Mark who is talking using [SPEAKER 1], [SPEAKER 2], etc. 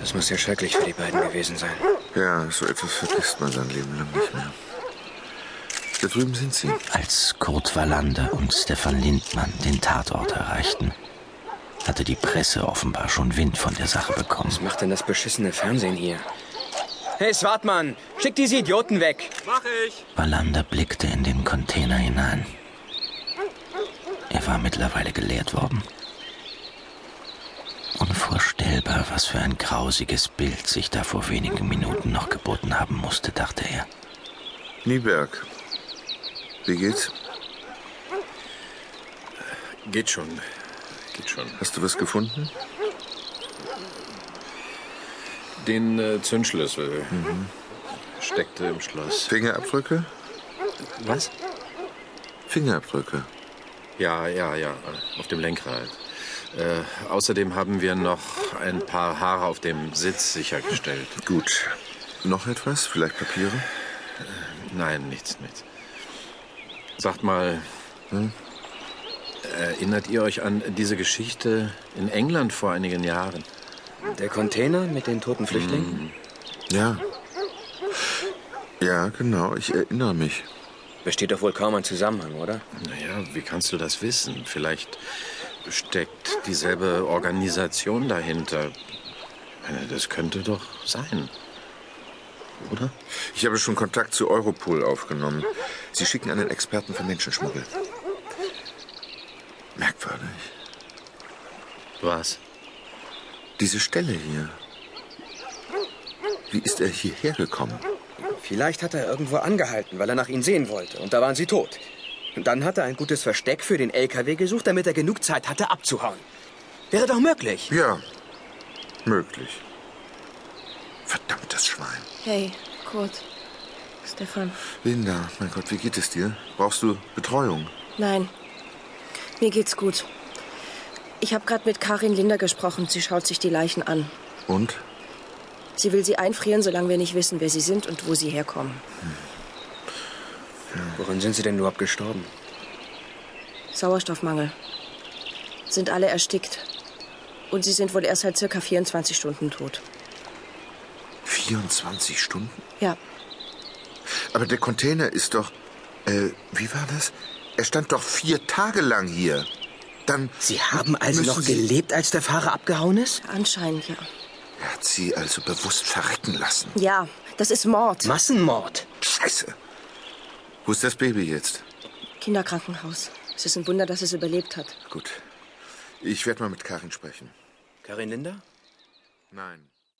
[SPEAKER 1] Das muss ja schrecklich für die beiden gewesen sein.
[SPEAKER 2] Ja, so etwas vergisst man sein Leben lang nicht mehr. Da drüben sind sie.
[SPEAKER 3] Als Kurt Wallander und Stefan Lindmann den Tatort erreichten, hatte die Presse offenbar schon Wind von der Sache bekommen.
[SPEAKER 1] Was macht denn das beschissene Fernsehen hier? Hey, Swartmann, schick diese Idioten weg.
[SPEAKER 4] Mach ich.
[SPEAKER 3] Wallander blickte in den Container hinein. Er war mittlerweile geleert worden. Unvorstellbar, was für ein grausiges Bild sich da vor wenigen Minuten noch geboten haben musste, dachte er.
[SPEAKER 2] Nieberg. Wie geht's?
[SPEAKER 4] Geht schon. Geht schon.
[SPEAKER 2] Hast du was gefunden?
[SPEAKER 4] Den äh, Zündschlüssel steckte im Schloss.
[SPEAKER 2] Fingerabdrücke?
[SPEAKER 1] Was?
[SPEAKER 2] Fingerabdrücke.
[SPEAKER 4] Ja, ja, ja, auf dem Lenkrad. Äh, außerdem haben wir noch ein paar Haare auf dem Sitz sichergestellt.
[SPEAKER 2] Gut. Noch etwas? Vielleicht Papiere?
[SPEAKER 4] Nein, nichts, nichts. Sagt mal, hm? erinnert ihr euch an diese Geschichte in England vor einigen Jahren?
[SPEAKER 1] Der Container mit den toten Flüchtlingen?
[SPEAKER 2] Hm. Ja. Ja, genau. Ich erinnere mich.
[SPEAKER 1] Besteht doch wohl kaum ein Zusammenhang, oder?
[SPEAKER 4] Naja, wie kannst du das wissen? Vielleicht steckt dieselbe Organisation dahinter. Ich meine, Das könnte doch sein. Oder?
[SPEAKER 2] Ich habe schon Kontakt zu Europol aufgenommen. Sie schicken einen Experten für Menschenschmuggel. Merkwürdig.
[SPEAKER 4] Was?
[SPEAKER 2] Diese Stelle hier. Wie ist er hierher gekommen?
[SPEAKER 1] Vielleicht hat er irgendwo angehalten, weil er nach ihnen sehen wollte. Und da waren sie tot. Und dann hat er ein gutes Versteck für den LKW gesucht, damit er genug Zeit hatte, abzuhauen. Wäre doch möglich.
[SPEAKER 2] Ja, möglich. Verdammtes Schwein.
[SPEAKER 5] Hey, Kurt. Stefan.
[SPEAKER 2] Linda, mein Gott, wie geht es dir? Brauchst du Betreuung?
[SPEAKER 5] Nein. Mir geht's gut. Ich habe gerade mit Karin Linder gesprochen. Sie schaut sich die Leichen an.
[SPEAKER 2] Und?
[SPEAKER 5] Sie will sie einfrieren, solange wir nicht wissen, wer sie sind und wo sie herkommen.
[SPEAKER 1] Woran sind sie denn überhaupt gestorben?
[SPEAKER 5] Sauerstoffmangel. Sind alle erstickt. Und sie sind wohl erst seit circa 24 Stunden tot.
[SPEAKER 2] 24 Stunden?
[SPEAKER 5] Ja,
[SPEAKER 2] Aber der Container ist doch. Äh, wie war das? Er stand doch vier Tage lang hier. Dann.
[SPEAKER 1] Sie haben also
[SPEAKER 2] müssen
[SPEAKER 1] noch
[SPEAKER 2] Sie-
[SPEAKER 1] gelebt, als der Fahrer abgehauen ist?
[SPEAKER 5] anscheinend ja.
[SPEAKER 2] Er hat sie also bewusst verrecken lassen.
[SPEAKER 5] Ja, das ist Mord.
[SPEAKER 1] Massenmord.
[SPEAKER 2] Scheiße. Wo ist das Baby jetzt?
[SPEAKER 5] Kinderkrankenhaus. Es ist ein Wunder, dass es überlebt hat.
[SPEAKER 2] Gut. Ich werde mal mit Karin sprechen.
[SPEAKER 1] Karin Linder?
[SPEAKER 2] Nein.